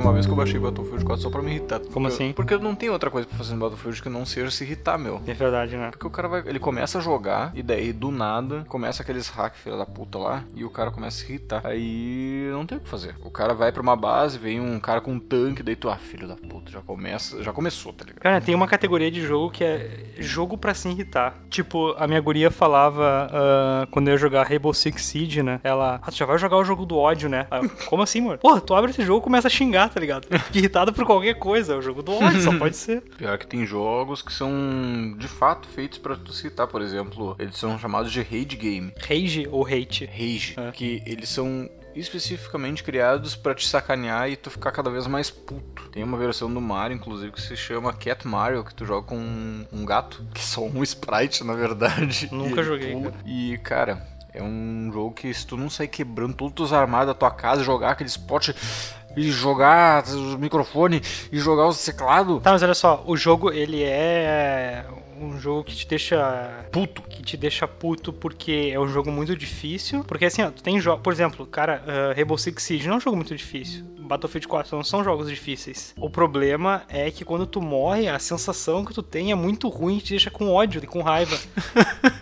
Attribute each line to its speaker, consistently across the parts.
Speaker 1: uma vez que eu baixei Battlefield 4 só pra me irritar.
Speaker 2: Como
Speaker 1: Eu-
Speaker 2: assim?
Speaker 1: Porque eu não tem outra coisa pra fazer no Battlefield que não seja se irritar, meu.
Speaker 2: É verdade, né?
Speaker 1: Porque o cara vai. Ele começa a jogar, e daí do nada começa aqueles hack, filha da puta lá, e o cara começa a se irritar. Aí não tem o que fazer. O cara vai pra uma base, vem um cara com um tanque, daí tu, ah, filho da puta, já começa. Já começou, tá ligado?
Speaker 2: Cara, tem uma categoria de jogo que é jogo pra se irritar. Tipo, a minha guria falava ah, quando eu ia jogar Rainbow Six Siege, né? Ela, ah, tu já vai jogar o jogo do ódio, né? Aí eu, Como assim, mano? Porra, tu abre esse jogo e começa a xingar, tá ligado? Fica irritado por qualquer coisa. É o jogo do ódio, só pode ser.
Speaker 1: Pior que tem jogos que são de fato feitos pra tu se irritar, por exemplo. Eles são chamados de raid game.
Speaker 2: Rage ou hate?
Speaker 1: Rage,
Speaker 2: É.
Speaker 1: que eles são especificamente criados pra te sacanear e tu ficar cada vez mais puto. Tem uma versão do Mario, inclusive, que se chama Cat Mario, que tu joga com um, um gato, que é só um sprite, na verdade.
Speaker 2: Nunca
Speaker 1: E ele
Speaker 2: joguei,
Speaker 1: pula. E, cara, é um jogo que se tu não sair quebrando todos os armários da tua casa, jogar aqueles potes e jogar os microfones e jogar os teclados,
Speaker 2: Tá, mas olha só, o jogo, ele é um jogo que te deixa
Speaker 1: puto.
Speaker 2: que te deixa puto porque é um jogo muito difícil. Porque assim, ó, tu tem jogos. Por exemplo, cara, ah, Rainbow Six Siege não é um jogo muito difícil. Battlefield 4 não são jogos difíceis. O problema é que quando tu morre, a sensação que tu tem é muito ruim e te deixa com ódio e com raiva.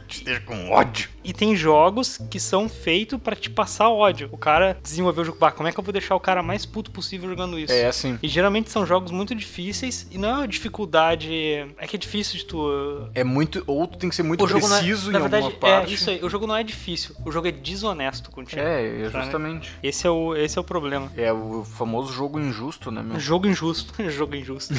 Speaker 1: Te deixa com ódio.
Speaker 2: E tem jogos que são feitos pra te passar ódio. O cara desenvolveu o jogo. Bah, como é que eu vou deixar o cara mais puto possível jogando isso?
Speaker 1: É assim.
Speaker 2: E geralmente são jogos muito difíceis e não é uma dificuldade. É que é difícil de tu
Speaker 1: É muito. Ou tu tem que ser muito
Speaker 2: não é-
Speaker 1: preciso
Speaker 2: na
Speaker 1: em
Speaker 2: verdade,
Speaker 1: alguma parte.
Speaker 2: É, isso aí, o jogo não é difícil, o jogo é desonesto contigo.
Speaker 1: é, é
Speaker 2: Sabe?
Speaker 1: justamente.
Speaker 2: Esse é o, esse é o problema.
Speaker 1: É o famoso jogo injusto, né, meu?
Speaker 2: Jogo injusto. jogo injusto.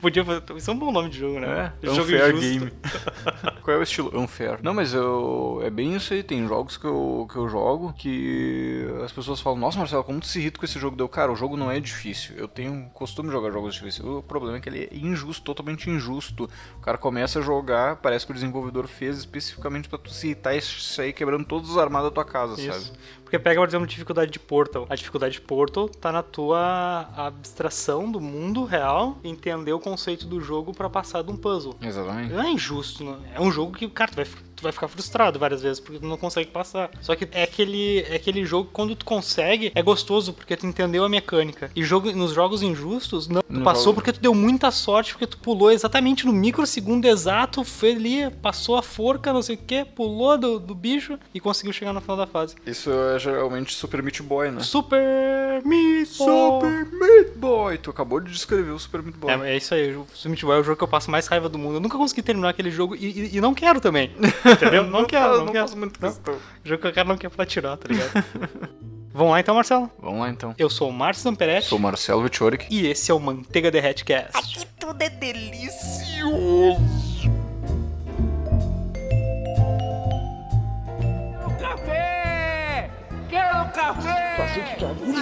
Speaker 2: Podia fazer. Isso é um bom nome de jogo, né?
Speaker 1: é
Speaker 2: jogo
Speaker 1: Qual é o estilo? Unfair. Não, mas eu. É bem isso aí. Tem jogos que eu, que eu jogo que as pessoas falam, nossa, Marcelo, como tu se irrita com esse jogo? Deu, cara, o jogo não é difícil. Eu tenho costume de jogar jogos difíceis. O problema é que ele é injusto, totalmente injusto. O cara começa a jogar, parece que o desenvolvedor fez especificamente pra tu se irritar e sair quebrando todos os armados da tua casa,
Speaker 2: Isso.
Speaker 1: sabe?
Speaker 2: Porque pega, por exemplo, dificuldade de Portal. A dificuldade de Portal tá na tua abstração do mundo real, entender o conceito do jogo pra passar de um puzzle.
Speaker 1: Exatamente.
Speaker 2: Não é injusto, não. é um jogo que, cara, tu vai, tu vai ficar frustrado várias vezes porque tu não consegue passar. Só que é aquele, é aquele jogo que quando tu consegue é gostoso porque tu entendeu a mecânica. E jogo, nos jogos injustos, não, tu
Speaker 1: No
Speaker 2: passou
Speaker 1: jogo-
Speaker 2: porque tu deu muita sorte, porque tu pulou exatamente no microsegundo exato, foi ali, passou a forca, não sei o que, pulou do, do bicho e conseguiu chegar no final da fase.
Speaker 1: Isso é geralmente Super Meat Boy,
Speaker 2: É.
Speaker 1: né?
Speaker 2: Super Meat Boy!
Speaker 1: Super Meat Boy! Tu acabou de descrever o Super Meat Boy.
Speaker 2: É, é isso aí, o Summit Boy é o jogo que eu passo mais raiva do mundo. Eu nunca consegui terminar aquele jogo e, e- e não quero também. Entendeu? Não, quero, não, quero. Não. O jogo que eu quero não quer pra tirar, tá ligado? Vamos lá então, Marcelo?
Speaker 1: Vamos lá então.
Speaker 2: Eu sou o Márcio Zamperetti
Speaker 1: Sou Marcelo Vitorik.
Speaker 2: e esse é o Manteiga Derrete Cast.
Speaker 1: Aqui tudo é delicioso.
Speaker 3: café! Quero café!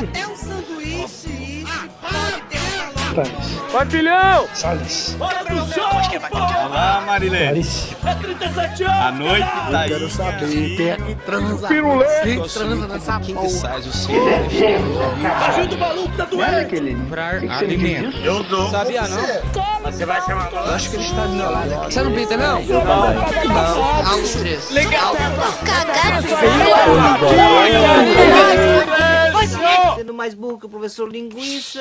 Speaker 4: Até um sanduíche, isso pode ter um valor.
Speaker 3: Patilhão!
Speaker 5: Salles,
Speaker 3: Bora no show, porra!
Speaker 6: Olá, Marilene.
Speaker 5: Paris,
Speaker 3: É 37 anos!
Speaker 6: A noite tá aí.
Speaker 5: quero saber.
Speaker 6: Quem
Speaker 3: Pirulê!
Speaker 6: transa nessa Quem que sai do seu
Speaker 3: Ajuda o maluco, tá doendo!
Speaker 6: comprar alimento. Eu dou. Sabia não?
Speaker 3: Você vai chamar maluco?
Speaker 6: Acho que ele está do meu lado aqui.
Speaker 7: Você não pinta, não? Não. Aos três.
Speaker 4: Sendo mais burro que o professor Linguiça.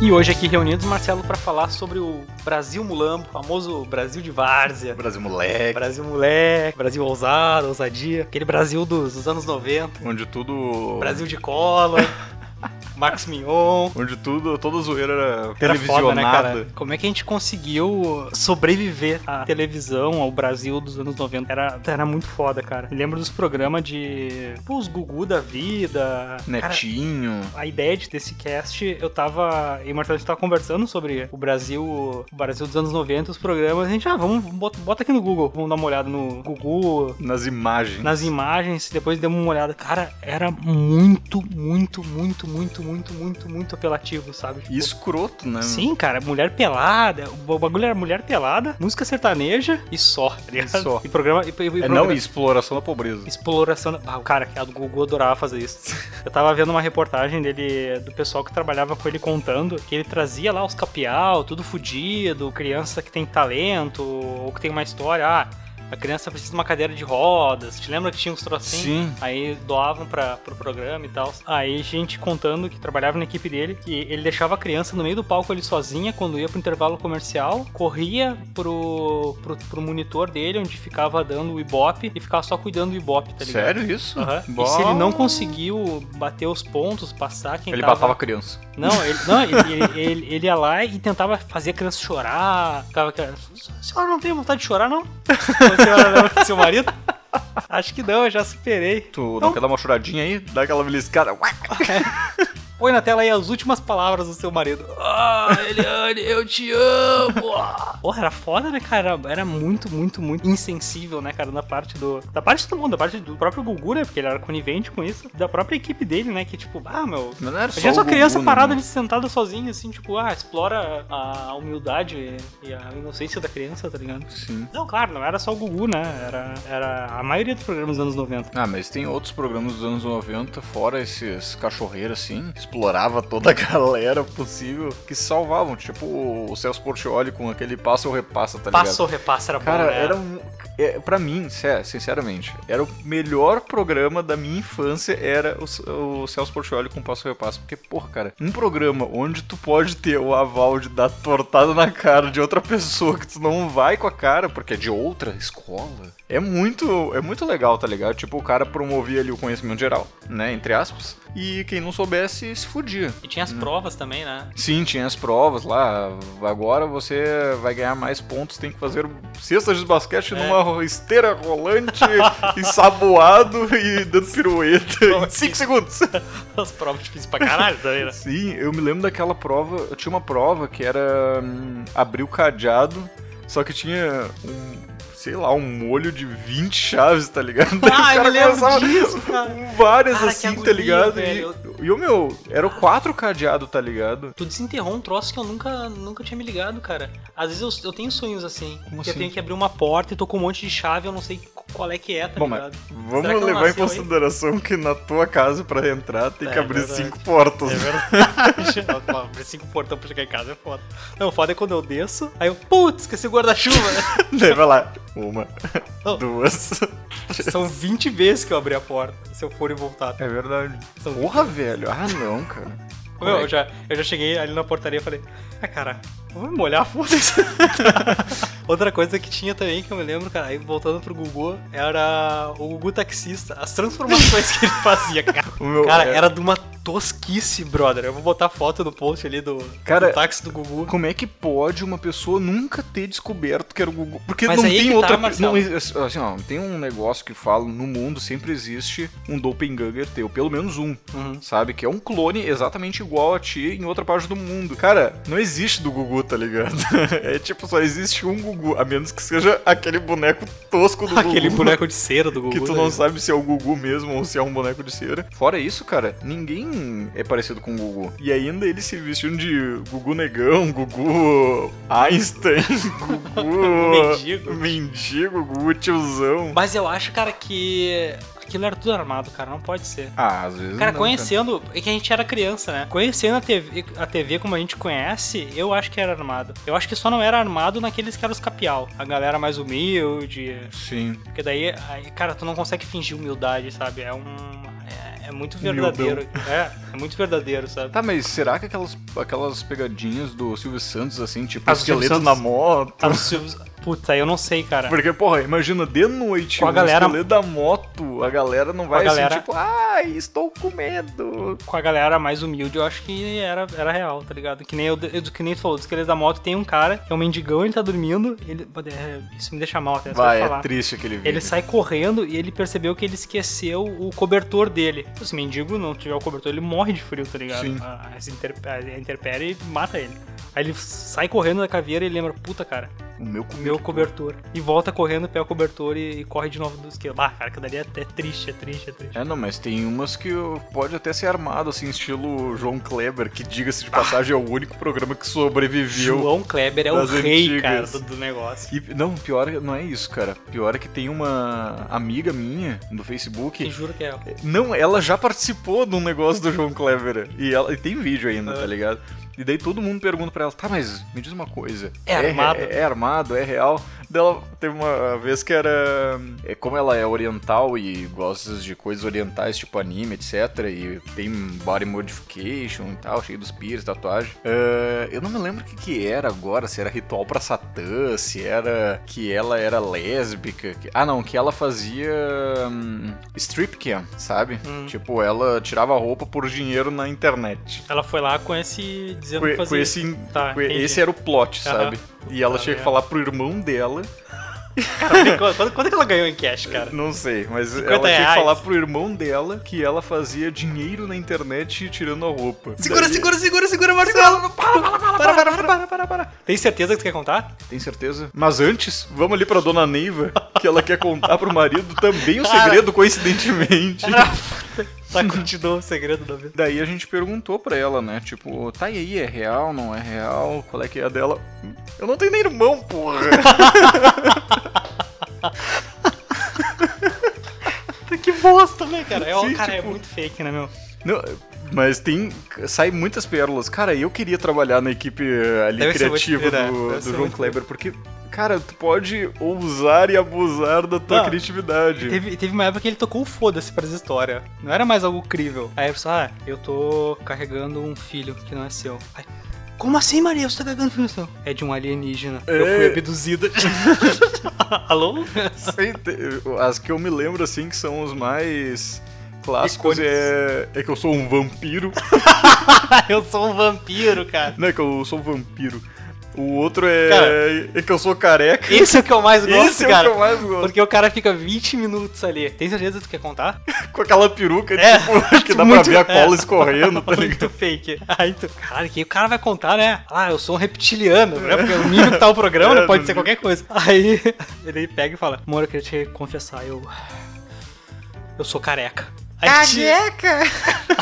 Speaker 2: E hoje aqui reunidos, Marcelo, pra falar sobre o Brasil Mulambo, o famoso Brasil de Várzea.
Speaker 1: Brasil moleque.
Speaker 2: Brasil moleque, Brasil ousado, ousadia, aquele Brasil dos, dos anos 90,
Speaker 1: Onde tudo.
Speaker 2: Brasil de cola, Marcos Mignon,
Speaker 1: Onde tudo, toda zoeira era,
Speaker 2: Era foda, né,
Speaker 1: televisionada.
Speaker 2: cara? Como é que a gente conseguiu sobreviver à televisão, ao Brasil dos anos 90? Era, era muito foda, cara. Eu lembro dos programas de. Pô, os Gugu da vida. Cara,
Speaker 1: Netinho.
Speaker 2: a ideia de desse cast, eu tava. E o Marcelo a gente tava conversando sobre o Brasil, o Brasil dos anos 90, os programas. A gente, ah, vamos, bota, bota aqui no Google. Vamos dar uma olhada no Gugu,
Speaker 1: Nas imagens.
Speaker 2: nas imagens, depois demos uma olhada. Cara, era muito, muito, muito, muito, muito, muito, muito, muito apelativo, sabe? Tipo,
Speaker 1: E escroto, né? meu?
Speaker 2: Sim, cara, mulher pelada. O bagulho era mulher pelada, música sertaneja e só, tá ligado?
Speaker 1: E só.
Speaker 2: E programa. E, e- e
Speaker 1: É
Speaker 2: programa-
Speaker 1: não e exploração da pobreza.
Speaker 2: Exploração. da- Ah, o cara, o Gugu adorava fazer isso. Eu tava vendo uma reportagem dele, do pessoal que trabalhava com ele contando que ele trazia lá os capial, tudo fudido, criança que tem talento, ou que tem uma história. Ah, a criança precisa de uma cadeira de rodas. Te lembra que tinha uns trocinhos?
Speaker 1: Sim.
Speaker 2: Aí doavam para pro programa e tal. Aí gente contando que trabalhava na equipe dele, que ele deixava a criança no meio do palco ali sozinha quando ia pro intervalo comercial, corria pro, pro, pro monitor dele, onde ficava dando o Ibope, e ficava só cuidando do Ibope, tá ligado?
Speaker 1: Sério isso?
Speaker 2: Aham.
Speaker 1: Bom.
Speaker 2: E se ele não conseguiu bater os pontos, passar quem
Speaker 1: Ele
Speaker 2: tava...
Speaker 1: batava criança.
Speaker 2: Não, ele, não ele, ele, ele- ele ia lá e tentava fazer a criança chorar. Ficava aquela. A senhora não tem vontade de chorar, não? A senhora não, seu marido? Acho que não, eu já superei.
Speaker 1: Tu não,
Speaker 2: Não.
Speaker 1: quer dar uma choradinha aí? Dá aquela beliscada. Uá!
Speaker 2: Põe na tela aí as últimas palavras do seu marido. Ah, Eliane, eu te amo! Ah. Porra, era foda, né, cara? Era muito, muito, muito insensível, né, cara? Da parte do. Da parte de todo mundo, da parte do próprio Gugu, né? Porque ele era conivente com isso. Da própria equipe dele, né? Que tipo, ah, meu.
Speaker 1: Mas não era
Speaker 2: Imagina só
Speaker 1: o
Speaker 2: criança
Speaker 1: Gugu, né,
Speaker 2: parada
Speaker 1: meu?
Speaker 2: ali sentada sozinha, assim, tipo, ah, explora a humildade e a inocência da criança, tá ligado?
Speaker 1: Sim.
Speaker 2: Não, claro, não era só o Gugu, né? Era, era a maioria dos programas dos anos 90.
Speaker 1: Ah, mas tem outros programas dos anos 90, fora esses cachorreiros assim, que explorava toda a galera possível, que salvavam, tipo o Celso Portioli com aquele passa ou repassa, tá ligado?
Speaker 2: Passa ou repassa, era bom,
Speaker 1: Cara,
Speaker 2: né?
Speaker 1: era um. É, pra mim, sé- sinceramente, era o melhor programa da minha infância, era o, C- o Celso Portioli com Passo a Repasso. Porque, porra, cara, um programa onde tu pode ter o aval de dar tortada na cara de outra pessoa que tu não vai com a cara, porque é de outra escola. É muito, é muito legal, tá ligado? Tipo, o cara promovia ali o conhecimento geral, né? Entre aspas. E quem não soubesse se fudia.
Speaker 2: E tinha as provas também, né?
Speaker 1: Sim, tinha as provas lá. Agora você vai ganhar mais pontos, tem que fazer cestas de
Speaker 2: É.
Speaker 1: basquete numa esteira rolante, ensaboado e dando pirueta
Speaker 2: é
Speaker 1: em 5 segundos.
Speaker 2: As provas difíceis pra caralho também, né?
Speaker 1: Sim, eu me lembro daquela prova. Eu tinha uma prova que era hum, abrir o cadeado, só que tinha um. Sei lá, um molho de 20 chaves, tá ligado? Daí
Speaker 2: Ah,
Speaker 1: o
Speaker 2: eu me lembro
Speaker 1: começava
Speaker 2: disso, cara.
Speaker 1: com Várias
Speaker 2: Cara, que
Speaker 1: assim,
Speaker 2: agonia,
Speaker 1: tá ligado?
Speaker 2: velho.
Speaker 1: E, e o meu, eram quatro cadeados, tá ligado?
Speaker 2: Tu desenterrou um troço que eu nunca, nunca tinha me ligado, cara. Às vezes eu, eu tenho sonhos assim.
Speaker 1: Como
Speaker 2: que eu
Speaker 1: assim?
Speaker 2: tenho que abrir uma porta e tô com um monte de chave, eu não sei qual é que é, tá
Speaker 1: Bom, mas
Speaker 2: ligado? Será que
Speaker 1: vamos
Speaker 2: não
Speaker 1: levar em
Speaker 2: nasceu aí?
Speaker 1: consideração que na tua casa, pra entrar, tem que
Speaker 2: É
Speaker 1: abrir
Speaker 2: verdade.
Speaker 1: cinco portas.
Speaker 2: É verdade. Não, pô, Abrir cinco portão pra chegar em casa é foda. Não, o foda é quando eu desço, aí eu, putz, esqueci o guarda-chuva.
Speaker 1: Daí vai lá. Uma,
Speaker 2: Não.
Speaker 1: duas.
Speaker 2: São 20 vezes que eu abri a porta, se eu for e voltar. tá?
Speaker 1: É verdade.
Speaker 2: São
Speaker 1: Porra, velho. Ah, não, cara.
Speaker 2: Meu, eu, já, eu já cheguei ali na portaria e falei, ah, cara, vamos molhar, foda-se. Outra coisa que tinha também, que eu me lembro, cara, aí voltando pro Gugu, era o Gugu taxista, as transformações que ele fazia, cara.
Speaker 1: O meu-
Speaker 2: cara,
Speaker 1: é-
Speaker 2: era de uma tosquice, brother. Eu vou botar foto no post ali do,
Speaker 1: Cara,
Speaker 2: do táxi do Gugu.
Speaker 1: Como é que pode uma pessoa nunca ter descoberto que era o Gugu? Porque
Speaker 2: Mas
Speaker 1: não
Speaker 2: aí
Speaker 1: tem
Speaker 2: que tá,
Speaker 1: outra.
Speaker 2: Marcelo.
Speaker 1: não, ex- assim, ó, tem um negócio que fala, no mundo sempre existe um doppelganger teu, pelo menos um.
Speaker 2: Uhum.
Speaker 1: Sabe? Que é um clone exatamente igual a ti em outra parte do mundo. Cara, não existe do Gugu, tá ligado? É tipo, só existe um Gugu, a menos que seja aquele boneco tosco do
Speaker 2: Aquele
Speaker 1: Gugu.
Speaker 2: boneco de cera do Gugu.
Speaker 1: Que tu
Speaker 2: né?
Speaker 1: não sabe se é o Gugu mesmo ou se é um boneco de cera. Fora isso, cara, ninguém é parecido com o Gugu. E ainda eles se vestindo de Gugu Negão, Gugu Einstein, Gugu.
Speaker 2: Mendigo.
Speaker 1: Mendigo, Gugu Tiozão.
Speaker 2: Mas eu acho, cara, que aquilo era tudo armado, cara, não pode ser.
Speaker 1: Ah, às vezes.
Speaker 2: Cara,
Speaker 1: não,
Speaker 2: conhecendo. É que a gente era criança, né? Conhecendo a TV, a TV como a gente conhece, eu acho que era armado. Eu acho que só não era armado naqueles que eram os capial. A galera mais humilde.
Speaker 1: Sim.
Speaker 2: Porque daí, aí, cara, tu não consegue fingir humildade, sabe? É um. É, é muito verdadeiro. É, é muito verdadeiro, sabe?
Speaker 1: Tá, mas será que aquelas, aquelas pegadinhas do Silvio Santos, assim, tipo,
Speaker 2: Ah, do Silvio
Speaker 1: esqueleto
Speaker 2: Santos.
Speaker 1: na moto?
Speaker 2: Ah, o Silvio- Puta, eu não sei, cara.
Speaker 1: Porque, porra, imagina, de noite,
Speaker 2: Com a
Speaker 1: o
Speaker 2: galera-
Speaker 1: esqueleto da moto, a galera não vai
Speaker 2: galera-
Speaker 1: assim, tipo, ai, estou com medo.
Speaker 2: Com a galera mais humilde, eu acho que era, era real, tá ligado? Que nem, eu, eu- que nem tu falou, do esqueleto da moto, tem um cara que é um mendigão, ele tá dormindo, ele. é, Isso me deixa mal, até só de
Speaker 1: Vai,
Speaker 2: falar.
Speaker 1: é triste aquele vídeo.
Speaker 2: Ele sai correndo e ele percebeu que ele esqueceu o cobertor dele. Se o mendigo não tiver o cobertor, ele morre de frio, tá ligado?
Speaker 1: Sim.
Speaker 2: A, as interp- a interpere mata ele. Aí ele sai correndo da caveira e ele lembra, puta, cara,
Speaker 1: O meu
Speaker 2: o
Speaker 1: comeu.
Speaker 2: meu cobertor. E volta correndo, pega o cobertor e, e corre de novo do esquerdo. Ah, cara, que dali é até triste, é triste, é triste.
Speaker 1: É, não, mas tem umas que eu- pode até ser armado, assim, estilo João Kleber, que, diga-se de passagem, é o único programa que sobreviveu.
Speaker 2: Ah! João Kleber é o
Speaker 1: das
Speaker 2: rei,
Speaker 1: antigas.
Speaker 2: cara, do, do negócio.
Speaker 1: E, não, pior é- não é isso, cara. Pior é que tem uma amiga minha no
Speaker 2: Que
Speaker 1: Facebook.
Speaker 2: juro que é.
Speaker 1: Não, ela já participou de um negócio do João Kleber. E, ela, e tem vídeo
Speaker 2: Ah.
Speaker 1: ainda, tá ligado? E daí todo mundo pergunta pra ela, tá, mas me diz uma coisa.
Speaker 2: É armado?"
Speaker 1: É, é armado, é real. Daí ela teve uma vez que era. É, como ela é oriental e gosta de coisas orientais, tipo anime, etc. E tem body modification e tal, cheio dos pires, tatuagem. É, eu não me lembro o que, que era agora, se era ritual pra Satã, se era que ela era lésbica. que- Ah, não, que ela fazia hum, strip cam, sabe? Tipo, ela tirava roupa por dinheiro na internet.
Speaker 2: Ela foi lá com esse. dizendo
Speaker 1: Com,
Speaker 2: que fazia.
Speaker 1: com esse,
Speaker 2: Tá,
Speaker 1: com
Speaker 2: entendi.
Speaker 1: esse era o plot,
Speaker 2: Aham.
Speaker 1: sabe? E ela
Speaker 2: Tá,
Speaker 1: tinha que
Speaker 2: é.
Speaker 1: falar pro irmão dela,
Speaker 2: Cara, quanto, quanto que ela ganhou em cash, cara?
Speaker 1: não sei, mas
Speaker 2: 50
Speaker 1: ela tinha que
Speaker 2: reais.
Speaker 1: falar pro irmão dela que ela fazia dinheiro na internet tirando a roupa.
Speaker 2: Segura,
Speaker 1: Daí-
Speaker 2: segura, segura, segura, Marcelo! Para, para, para, para, para, para, para, para. Tem certeza que tu quer contar?
Speaker 1: Tem certeza? Mas antes, vamos ali pra dona Neiva, que ela quer contar pro marido também o segredo, coincidentemente.
Speaker 2: Tá, continua o segredo da vida.
Speaker 1: Daí a gente perguntou pra ela, né? Tipo, tá e aí, é real, não é real? Qual é que é a dela? Eu não tenho nem irmão, porra!
Speaker 2: Que bosta, né, cara? É,
Speaker 1: Sim,
Speaker 2: cara, é
Speaker 1: tipo-
Speaker 2: muito fake, né, meu?
Speaker 1: Não, mas tem. Sai muitas pérolas. Cara, eu queria trabalhar na equipe eh, ali
Speaker 2: Deve ser muito
Speaker 1: criativa
Speaker 2: doideira,
Speaker 1: do,
Speaker 2: deve
Speaker 1: do
Speaker 2: ser
Speaker 1: João
Speaker 2: muito
Speaker 1: Kleber, porque, cara, tu pode ousar e abusar da tua
Speaker 2: Não,
Speaker 1: criatividade.
Speaker 2: Teve, teve uma época que ele tocou o foda-se pras histórias. Não era mais algo crível. Aí ele falou, ah, eu tô carregando um filho que não é seu. Aí, como assim, Maria? Você tá carregando um filho seu? É de um alienígena. Eu fui abduzida. Alô?
Speaker 1: Sim, te- As que eu me lembro, assim, que são os mais clássicos
Speaker 2: Icônicos.
Speaker 1: é, é que eu sou um vampiro.
Speaker 2: eu sou um vampiro, cara.
Speaker 1: Não é que eu sou um vampiro. O outro é,
Speaker 2: Cara.
Speaker 1: é que eu sou careca.
Speaker 2: Esse é o que eu mais gosto,
Speaker 1: Esse é
Speaker 2: cara.
Speaker 1: o que eu mais gosto.
Speaker 2: Porque o cara fica 20 minutos ali. Tem certeza que tu quer contar?
Speaker 1: Com aquela peruca,
Speaker 2: É,
Speaker 1: tipo, que dá pra
Speaker 2: muito-
Speaker 1: ver a cola
Speaker 2: é.
Speaker 1: escorrendo, tá ligado?
Speaker 2: Muito fake. Aí tu, caralho, que o cara vai contar, né? Ah, eu sou um reptiliano, né? Porque o nível que tá o programa, né?
Speaker 1: É,
Speaker 2: pode
Speaker 1: no
Speaker 2: ser qualquer coisa. Aí ele pega e fala: Amor, eu queria te confessar, eu. Eu sou careca. Aí tira,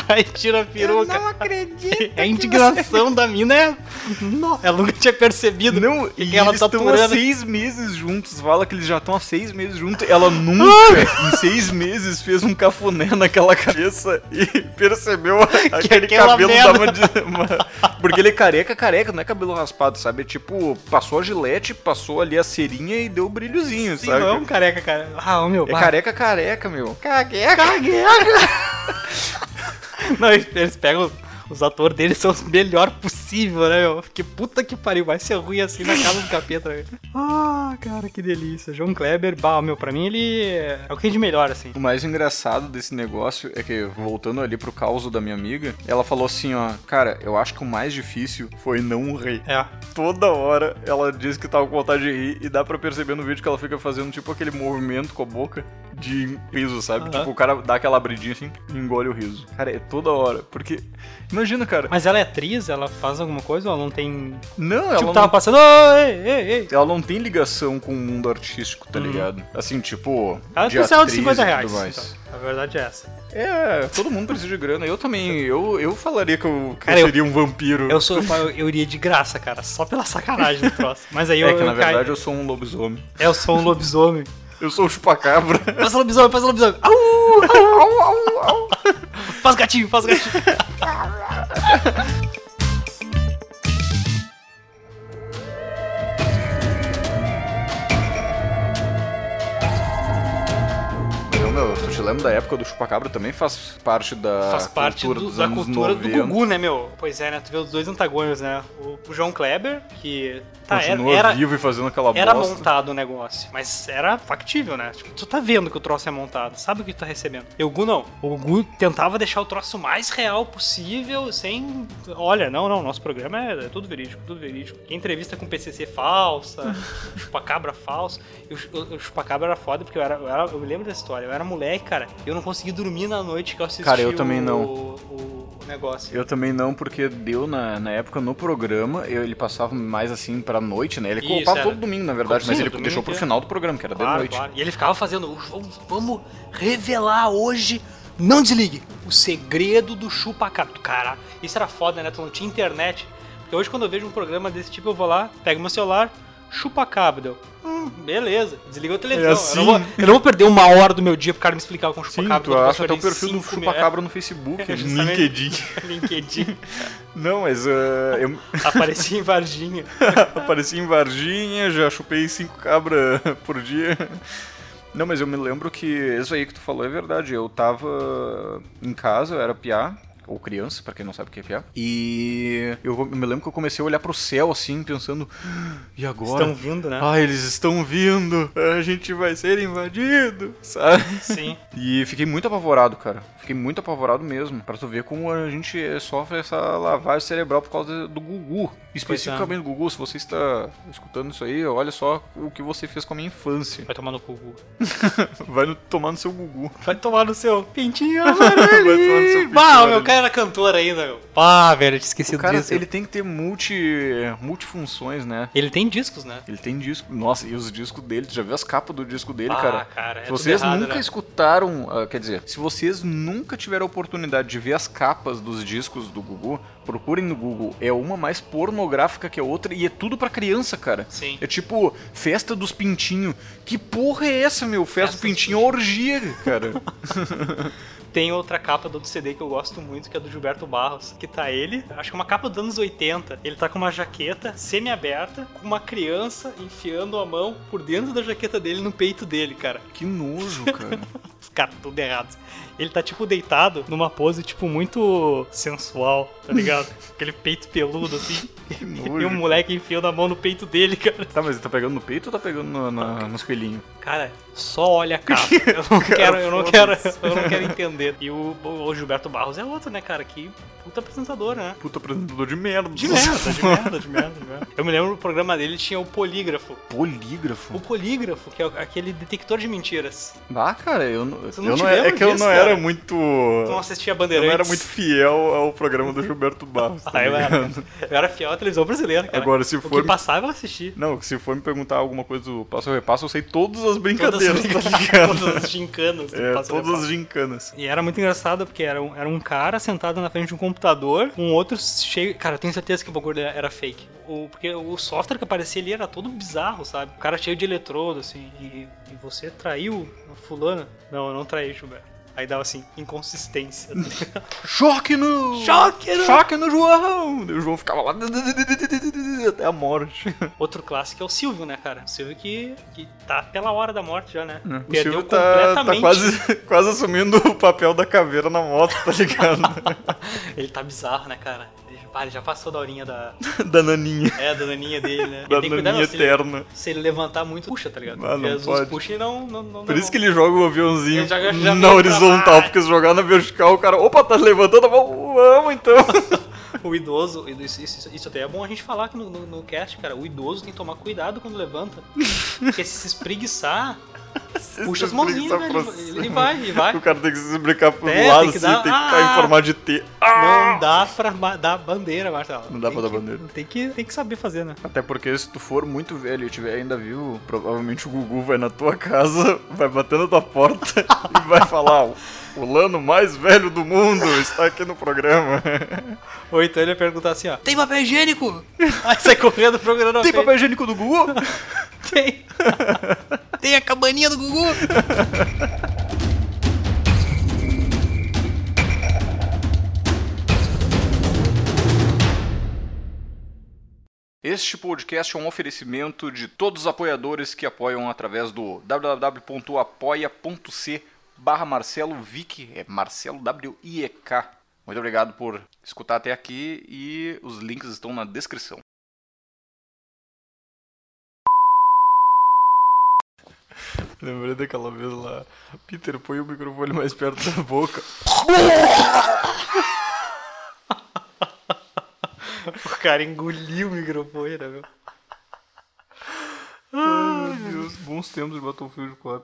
Speaker 2: aí tira a peruca. Eu não acredito. A indignação da mina é. Nossa, ela nunca tinha percebido.
Speaker 1: Não,
Speaker 2: que
Speaker 1: e
Speaker 2: que ela
Speaker 1: eles
Speaker 2: tá
Speaker 1: estão há
Speaker 2: aturando?
Speaker 1: seis meses juntos. Fala que eles já estão há seis meses juntos. Ela nunca, em seis meses, fez um cafuné naquela cabeça e percebeu a- aquele
Speaker 2: aquela
Speaker 1: cabelo
Speaker 2: merda.
Speaker 1: da uma, de- uma- Porque ele é careca, careca, não é cabelo raspado, sabe? É tipo, passou a gilete, passou ali a cerinha e deu o brilhozinho,
Speaker 2: Sim,
Speaker 1: sabe?
Speaker 2: não é um careca, cara. Ah, ô, meu.
Speaker 1: É
Speaker 2: bah.
Speaker 1: careca, careca, meu.
Speaker 2: Não, eles eles pegam. Os atores deles são os melhores possível, né, meu? Que puta que pariu, vai ser ruim assim na casa do capeta, velho. Ah, cara, que delícia. João Kleber, bah, meu, pra mim ele é o que tem de melhor, assim.
Speaker 1: O mais engraçado desse negócio é que, voltando ali pro caos da minha amiga, ela falou assim, ó, cara, eu acho que o mais difícil foi não rir.
Speaker 2: É.
Speaker 1: toda hora ela diz que tava com vontade de rir e dá pra perceber no vídeo que ela fica fazendo tipo aquele movimento com a boca de riso, sabe?
Speaker 2: Aham.
Speaker 1: Tipo, o cara dá aquela abridinha assim e engole o riso. Cara, é toda hora. Porque. Imagina, cara.
Speaker 2: Mas ela é atriz, ela faz alguma coisa ou ela não tem.
Speaker 1: Não, ela.
Speaker 2: tipo,
Speaker 1: não...
Speaker 2: tava passando. "Ô, ei, ei, ei.
Speaker 1: Ela não tem ligação com o mundo artístico, tá ligado? Assim, tipo.
Speaker 2: Uhum. Ela
Speaker 1: de
Speaker 2: tem um salário de
Speaker 1: atriz
Speaker 2: 50
Speaker 1: e tudo
Speaker 2: reais.
Speaker 1: mais.
Speaker 2: Então, a verdade é essa.
Speaker 1: É, todo mundo precisa de grana. Eu também. Eu, eu falaria que eu, que
Speaker 2: Cara,
Speaker 1: eu
Speaker 2: eu-
Speaker 1: seria um vampiro.
Speaker 2: Eu sou. Eu, eu iria de graça, cara, só pela sacanagem do troço. Mas aí eu.
Speaker 1: É que na
Speaker 2: eu caio-
Speaker 1: verdade eu sou um lobisomem.
Speaker 2: É, eu sou um lobisomem.
Speaker 1: Eu sou o chupacabra.
Speaker 2: Faz lobisomem, faz lobisomem. Au! Au, au, au. Faz gatinho, faz gatinho.
Speaker 1: Meu, meu, tu te lembra da época do Chupacabra também faz parte da
Speaker 2: faz parte
Speaker 1: cultura
Speaker 2: do-
Speaker 1: dos
Speaker 2: da
Speaker 1: anos
Speaker 2: cultura
Speaker 1: 90.
Speaker 2: do Gugu, né, meu? Pois é, né? Tu vê os dois antagônicos, né? O, o João Kleber, que Tá, era-
Speaker 1: continua
Speaker 2: era-
Speaker 1: vivo e fazendo aquela
Speaker 2: Era
Speaker 1: bosta.
Speaker 2: montado o negócio, mas era factível, né? Tipo, tu tá vendo que o troço é montado, sabe o que tu tá recebendo. E o Gu não. O Gu tentava deixar o troço mais real possível, sem. Olha, não, não, nosso programa é, é tudo verídico, tudo verídico. Entrevista com PCC falsa, chupacabra falso. E o, chu- o chupacabra era foda porque eu, era, eu, era- eu me lembro da história. Eu era moleque, cara, e eu não consegui dormir na noite que eu assisti
Speaker 1: Cara, eu também
Speaker 2: o,
Speaker 1: não.
Speaker 2: o- o negócio.
Speaker 1: Eu também não, porque deu na, na época no programa, eu- ele passava mais assim pra noite, né? Ele
Speaker 2: Isso,
Speaker 1: colocava
Speaker 2: era.
Speaker 1: todo domingo, na verdade,
Speaker 2: Sim,
Speaker 1: mas ele
Speaker 2: domingo
Speaker 1: deixou pro
Speaker 2: inteiro.
Speaker 1: final do programa, que era de
Speaker 2: Claro,
Speaker 1: noite.
Speaker 2: claro. E ele ficava fazendo, vamos, vamos revelar hoje, não desligue, o segredo do chupacabra. Cara, isso era foda, né? Tu não tinha internet. Porque hoje quando eu vejo um programa desse tipo, eu vou lá, pego meu celular, chupacabra. Deu, Hum, beleza, desliga a televisão.
Speaker 1: assim?
Speaker 2: eu, não vou, eu não vou perder uma hora do meu dia pro cara me explicar é com
Speaker 1: Sim,
Speaker 2: chupacabra.
Speaker 1: tu
Speaker 2: quando eu
Speaker 1: acha até
Speaker 2: perdi
Speaker 1: o perfil do
Speaker 2: cinco
Speaker 1: Chupacabra no Facebook,
Speaker 2: É,
Speaker 1: no
Speaker 2: justamente.
Speaker 1: LinkedIn.
Speaker 2: me- LinkedIn.
Speaker 1: Não, mas ah, eu
Speaker 2: Aparecia em Varginha.
Speaker 1: apareci em Varginha, já chupei cinco cabras por dia. Não, mas eu me lembro que isso aí que tu falou é verdade. Eu tava em casa, eu era piá, ou criança, pra quem não sabe o que é piá. E eu me lembro que eu comecei a olhar pro céu assim, pensando, "Ah, e agora?
Speaker 2: Estão vindo, né?
Speaker 1: Ah, eles estão vindo! A gente vai ser invadido, sabe?
Speaker 2: Sim.
Speaker 1: E fiquei muito apavorado, cara. Fiquei muito apavorado mesmo. Pra tu ver como a gente sofre essa lavagem cerebral por causa do Gugu. Especificamente do Gugu, se você está escutando isso aí, olha só o que você fez com a minha infância.
Speaker 2: Vai tomar no cu. Gu.
Speaker 1: Vai no- tomar no seu Gugu.
Speaker 2: Vai tomar no seu pintinho
Speaker 1: Vai
Speaker 2: amarelo.
Speaker 1: tomar no seu pintinho
Speaker 2: Bah,
Speaker 1: amarelo.
Speaker 2: meu cara era cantor ainda, meu. Pá, velho, eu tinha esquecido
Speaker 1: O cara,
Speaker 2: disso.
Speaker 1: ele tem que ter multi, multifunções, né?
Speaker 2: Ele tem discos, né?
Speaker 1: Ele tem disco. Nossa, e os discos dele? Tu já viu as capas do disco dele,
Speaker 2: ah,
Speaker 1: cara?
Speaker 2: cara, é
Speaker 1: Se vocês
Speaker 2: tudo errado,
Speaker 1: nunca
Speaker 2: né?
Speaker 1: escutaram, ah, quer dizer, se vocês nunca tiveram a oportunidade de ver as capas dos discos do Gugu, procurem no Google. É uma mais pornográfica que a outra e é tudo pra criança, cara.
Speaker 2: Sim.
Speaker 1: É tipo, festa dos pintinhos. Que porra é essa, meu? Festa,
Speaker 2: Festa
Speaker 1: do
Speaker 2: dos
Speaker 1: pintinho é orgia, cara.
Speaker 2: Tem outra capa do CD que eu gosto muito, que é do Gilberto Barros, que tá ele, acho que é uma capa dos anos 80. Ele tá com uma jaqueta semi-aberta, com uma criança enfiando a mão por dentro da jaqueta dele no peito dele, cara.
Speaker 1: que nojo, cara.
Speaker 2: Os caras tudo errados. Ele tá, tipo, deitado numa pose, tipo, muito sensual, tá ligado? Aquele peito peludo, assim.
Speaker 1: Que
Speaker 2: e
Speaker 1: nojo.
Speaker 2: o moleque enfiando a mão no peito dele, cara.
Speaker 1: Tá, mas ele tá pegando no peito ou tá pegando no, na, nos coelhinhos?
Speaker 2: Cara, só olha a capa. Eu não
Speaker 1: Cara,
Speaker 2: quero, eu não quero,
Speaker 1: foda-se.
Speaker 2: eu não quero entender. E o, o Gilberto Barros é outro, né, cara? Que puta apresentador, né?
Speaker 1: Puta apresentador de merda.
Speaker 2: De merda, de merda, de merda, de merda. Eu me lembro do programa dele tinha o polígrafo.
Speaker 1: Polígrafo.
Speaker 2: O polígrafo, que é aquele detector de mentiras.
Speaker 1: Ah, cara, eu não.
Speaker 2: Tu não
Speaker 1: eu
Speaker 2: te
Speaker 1: não é, é
Speaker 2: lembra
Speaker 1: que eu
Speaker 2: disso,
Speaker 1: não
Speaker 2: cara?
Speaker 1: era muito.
Speaker 2: Tu não assistia
Speaker 1: Eu
Speaker 2: Bandeirantes.
Speaker 1: não era muito fiel ao programa do Gilberto Barros. tá
Speaker 2: Ah, eu, era,
Speaker 1: ligado?
Speaker 2: eu era fiel à televisão brasileira, cara.
Speaker 1: Agora, se
Speaker 2: o
Speaker 1: for-
Speaker 2: que passava, eu assisti.
Speaker 1: Não, se for me perguntar alguma coisa do Passo ou Repasso, eu sei todas as
Speaker 2: Todas
Speaker 1: brincadeiras,
Speaker 2: as,
Speaker 1: tá ligado?
Speaker 2: todas as gincanas.
Speaker 1: É,
Speaker 2: Passa-
Speaker 1: todas as gincanas.
Speaker 2: E era muito engraçado, porque era um, era um cara sentado na frente de um computador, um outro cheio. Cara, eu tenho certeza que o bagulho era fake. O, porque o software que aparecia ali era todo bizarro, sabe? O cara cheio de eletrodo, assim. E, e você traiu a fulana? Não, eu não traí, Gilberto. Aí dava assim, inconsistência.
Speaker 1: Choque no...
Speaker 2: Choque no-
Speaker 1: Choque no João! E o João ficava lá... Até a morte.
Speaker 2: Outro clássico é o Silvio, né, cara? O Silvio que, que tá pela hora da morte já, né?
Speaker 1: O Silvio tá, tá quase, quase assumindo o papel da caveira na moto, tá ligado?
Speaker 2: Ele tá bizarro, né, cara? Ele, pá, ele já passou da horinha da.
Speaker 1: da naninha.
Speaker 2: É, da naninha dele, né? Ele
Speaker 1: Da
Speaker 2: tem que cuidar,
Speaker 1: naninha
Speaker 2: não, se ele-
Speaker 1: eterna.
Speaker 2: Se ele levantar muito, puxa, tá ligado?
Speaker 1: Ah, não
Speaker 2: Ele às vezes
Speaker 1: pode.
Speaker 2: puxa e não. não, não
Speaker 1: Por isso que ele joga o aviãozinho
Speaker 2: Ele joga- joga
Speaker 1: na
Speaker 2: pra
Speaker 1: horizontal,
Speaker 2: baixo.
Speaker 1: porque se jogar na vertical, o cara... Opa, tá levantando, vamos, vamos então.
Speaker 2: O idoso. Isso, isso, isso até é bom a gente falar aqui no, no, no cast, cara. O idoso tem que tomar cuidado quando levanta. porque se se espreguiçar, puxa as mãozinhas,
Speaker 1: Preguiça
Speaker 2: velho.
Speaker 1: pra
Speaker 2: Ele, ele
Speaker 1: cima.
Speaker 2: vai, ele vai.
Speaker 1: O cara tem que se explicar pro
Speaker 2: É,
Speaker 1: lado,
Speaker 2: tem que
Speaker 1: assim,
Speaker 2: dar-
Speaker 1: tem que ficar
Speaker 2: Ah!
Speaker 1: em formato de T. Ah!
Speaker 2: Não dá pra ma- dar bandeira, Marcelo.
Speaker 1: Não dá
Speaker 2: Tem
Speaker 1: pra dar
Speaker 2: que-
Speaker 1: bandeira.
Speaker 2: Tem que, tem que saber fazer, né?
Speaker 1: Até porque se tu for muito velho e tiver ainda vivo, provavelmente o Gugu vai na tua casa, vai bater na tua porta e vai falar: "O- o Lano mais velho do mundo está aqui no programa.
Speaker 2: Ou então ele ia perguntar assim, ó. Tem papel higiênico? Aí sai correndo procurando
Speaker 1: Tem
Speaker 2: papel
Speaker 1: papel higiênico do Gugu?
Speaker 2: Tem. Tem a cabaninha do Gugu.
Speaker 1: Este podcast é um oferecimento de todos os apoiadores que apoiam através do www.apoia.c barra Marcelo Vick, é Marcelo W-I-E-K. Muito obrigado por escutar até aqui e os links estão na descrição. Lembrei daquela vez lá. Peter, põe o microfone mais perto da boca.
Speaker 2: O cara engoliu o microfone, né, meu?
Speaker 1: Meu Deus, bons tempos de Battlefield 4.